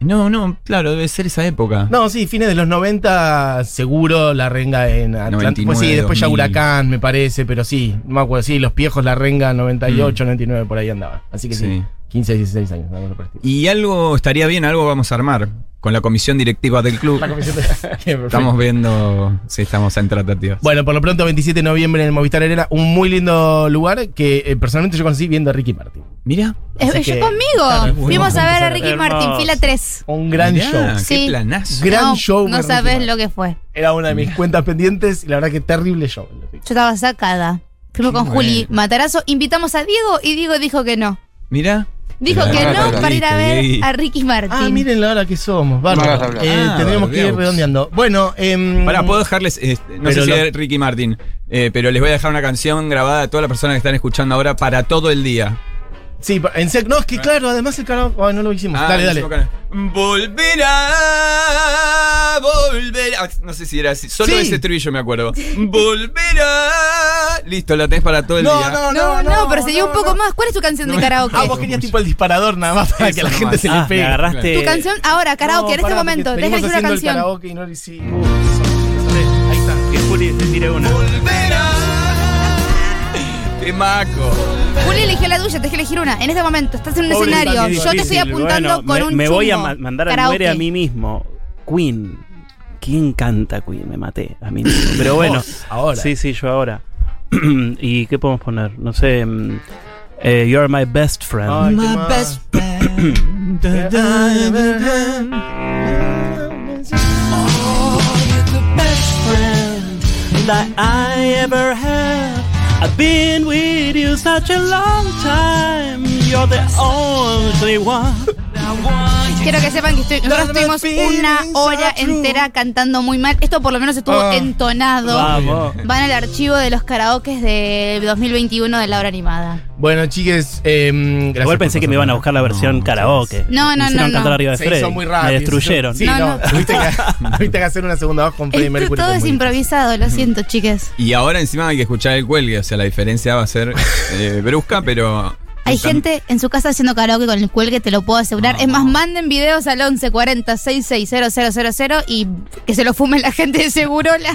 Speaker 3: No, no, claro, debe ser esa época.
Speaker 2: No, sí, fines de los 90, seguro la renga en Atlanta.
Speaker 3: 99,
Speaker 2: Pues sí, después ya
Speaker 3: 2000.
Speaker 2: Huracán, me parece, pero sí, no me acuerdo. Sí, los viejos la renga 98, 99, por ahí andaba. Así que sí,
Speaker 3: Mm. Sí.
Speaker 2: 15, 16 años. una cosa por el estilo.
Speaker 3: Y algo estaría bien, algo vamos a armar con la comisión directiva del club.
Speaker 2: La comisión de-
Speaker 3: Estamos viendo si estamos en tratativas.
Speaker 2: Bueno, por lo pronto, 27 de noviembre en el Movistar Arena, un muy lindo lugar que eh, personalmente yo conocí viendo a Ricky Martin.
Speaker 3: Mira,
Speaker 5: Eh,
Speaker 2: Así
Speaker 5: yo
Speaker 2: que-
Speaker 5: conmigo.
Speaker 2: Claro,
Speaker 5: Fuimos a ver a Ricky
Speaker 4: hermoso.
Speaker 5: Martin, fila 3.
Speaker 2: Un gran
Speaker 3: mirá,
Speaker 2: show.
Speaker 3: Qué
Speaker 5: Sí.
Speaker 3: planazo.
Speaker 2: Gran
Speaker 5: no,
Speaker 2: show de
Speaker 5: No
Speaker 2: Ricky
Speaker 5: sabes
Speaker 2: Martin.
Speaker 5: lo que fue.
Speaker 2: Era una de mis cuentas pendientes y la verdad que terrible show. el de Ricky.
Speaker 5: Yo estaba sacada. Fuimos
Speaker 3: Qué
Speaker 5: con Juli
Speaker 3: bueno.
Speaker 5: Matarazo, invitamos a Diego y Diego dijo que no.
Speaker 3: Mira.
Speaker 5: Dijo
Speaker 3: Pero
Speaker 5: que
Speaker 3: no,
Speaker 5: no
Speaker 3: pero
Speaker 5: para ir a
Speaker 3: viste,
Speaker 5: ver
Speaker 3: Diego.
Speaker 5: a Ricky Martin.
Speaker 2: Ah, miren la hora que somos. Bárbaro.
Speaker 7: No,
Speaker 2: Eh,
Speaker 3: no, no.
Speaker 2: tendremos
Speaker 3: Ah,
Speaker 2: que ir
Speaker 3: Dios.
Speaker 2: redondeando. Bueno, em,
Speaker 3: Pará, puedo dejarles. este, no
Speaker 2: Pero
Speaker 3: sé si
Speaker 2: lo-
Speaker 3: es Ricky Martin, eh, pero les voy a dejar una canción grabada a todas las personas que están escuchando ahora para todo el día.
Speaker 2: Sí, pa- en sec. No, es
Speaker 4: Ah.
Speaker 2: que claro, además el canal. Ay, no lo hicimos.
Speaker 3: Ah,
Speaker 2: dale,
Speaker 3: el
Speaker 2: dale.
Speaker 3: mismo canal. Volverá, volverá. No sé si era así. Solo
Speaker 2: Sí.
Speaker 3: ese estribillo me acuerdo. Volverá. Listo, la tenés para todo el día.
Speaker 5: No, no, pero se dio un poco más. ¿Cuál es tu canción de karaoke?
Speaker 2: Ah, vos querías tipo el disparador nada más para
Speaker 3: Eso
Speaker 2: que a la
Speaker 3: nomás.
Speaker 2: gente se le
Speaker 4: Ah, me
Speaker 2: pegue.
Speaker 4: agarraste.
Speaker 5: tu canción ahora,
Speaker 2: No,
Speaker 5: karaoke, en
Speaker 2: pará,
Speaker 5: este
Speaker 2: porque
Speaker 5: momento. Deja
Speaker 2: venimos
Speaker 5: decir una
Speaker 2: haciendo el
Speaker 5: canción.
Speaker 2: karaoke y no lo hicimos. Ahí está.
Speaker 4: Que Juli se tire una.
Speaker 3: Volverá. Temaco.
Speaker 5: Juli eligió la tuya, te dejé elegir una. En este momento, estás en un
Speaker 2: Pobre
Speaker 5: escenario.
Speaker 2: Tati,
Speaker 5: Yo te estoy
Speaker 2: difícil.
Speaker 5: apuntando
Speaker 4: Bueno,
Speaker 5: con
Speaker 4: me, me
Speaker 5: un
Speaker 4: voy a
Speaker 5: chumbo.
Speaker 4: ma- mandar a
Speaker 5: Karaoke.
Speaker 4: muere a mí mismo. Queen. ¿Quién canta Queen? Me maté a mí mismo. Pero bueno.
Speaker 2: Vos, ahora.
Speaker 4: Sí, sí, yo ahora. ¿Y qué podemos poner? No sé. mm, eh, You're my best friend.
Speaker 2: Ay, qué mal.
Speaker 4: that I ever had. I've been with you such a long time. You're the only one.
Speaker 5: Quiero que sepan que estoy- nosotros estuvimos una hora entera cantando muy mal. Esto por lo menos estuvo
Speaker 2: Ah.
Speaker 5: entonado.
Speaker 4: Vamos.
Speaker 5: Van al archivo de los karaokes de 2021 de la hora animada.
Speaker 2: Bueno, chiques, eh, gracias.
Speaker 4: Igual pensé
Speaker 2: por
Speaker 4: que me iban a
Speaker 2: pasar.
Speaker 4: buscar la versión
Speaker 3: No,
Speaker 4: karaoke.
Speaker 5: No, no,
Speaker 4: Me hicieron
Speaker 5: no,
Speaker 4: cantar
Speaker 5: no.
Speaker 4: arriba de
Speaker 2: Se
Speaker 4: Freddy.
Speaker 2: hizo muy rápido.
Speaker 4: Me
Speaker 2: se hizo-
Speaker 4: destruyeron.
Speaker 2: Sí,
Speaker 5: No,
Speaker 2: no,
Speaker 5: no.
Speaker 2: Tuviste, que, tuviste que hacer una segunda voz con Freddie
Speaker 5: Esto
Speaker 2: Mercury.
Speaker 5: todo
Speaker 2: fue
Speaker 5: es
Speaker 2: muy-
Speaker 5: improvisado, lo siento, chicas.
Speaker 3: Y ahora encima hay que escuchar el cuelgue, o sea, la diferencia va a ser eh, brusca, pero...
Speaker 5: Hay
Speaker 3: buscan-
Speaker 5: gente en su casa haciendo karaoke con el cuelgue, te lo puedo asegurar. es más, manden videos al 1140 000 y que se lo fume la gente de Segurola.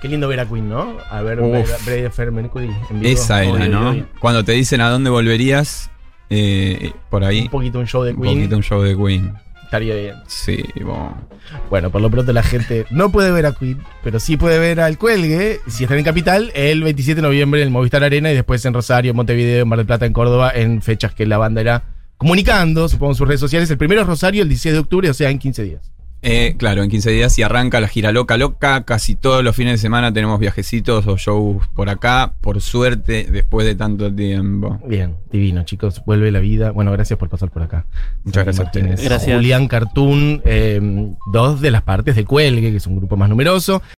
Speaker 2: Qué lindo ver a Queen, ¿no? A ver,
Speaker 3: Uf.
Speaker 2: ver a Freddie Fer Mercury en vivo.
Speaker 3: Esa era,
Speaker 4: Obvio,
Speaker 3: ¿no?
Speaker 4: obvio.
Speaker 3: Cuando te dicen a dónde volverías, eh, por ahí,
Speaker 2: Un poquito un show de
Speaker 3: un
Speaker 2: Queen.
Speaker 3: poquito un show de Queen.
Speaker 2: Estaría bien.
Speaker 3: Sí, bueno.
Speaker 2: Bueno, por lo pronto la gente no puede ver a Queen, pero sí puede ver al Cuelgue, si están en Capital, el 27 de noviembre en el Movistar Arena y después en Rosario, Montevideo, en Mar del Plata, en Córdoba, en fechas que la banda irá comunicando, supongo, en sus redes sociales. El primero es Rosario, el 16 de octubre, o sea, en 15 días.
Speaker 3: Eh, claro, en 15 días y arranca la gira loca, loca. Casi todos los fines de semana tenemos viajecitos o shows por acá, por suerte, después de tanto tiempo.
Speaker 2: Bien, divino, chicos. Vuelve la vida. Bueno, gracias por pasar por acá.
Speaker 3: Muchas gracias a ustedes.
Speaker 2: Martínez,
Speaker 4: Gracias.
Speaker 2: Julián Cartoon, eh, dos de las partes de Cuelgue, que es un grupo más numeroso.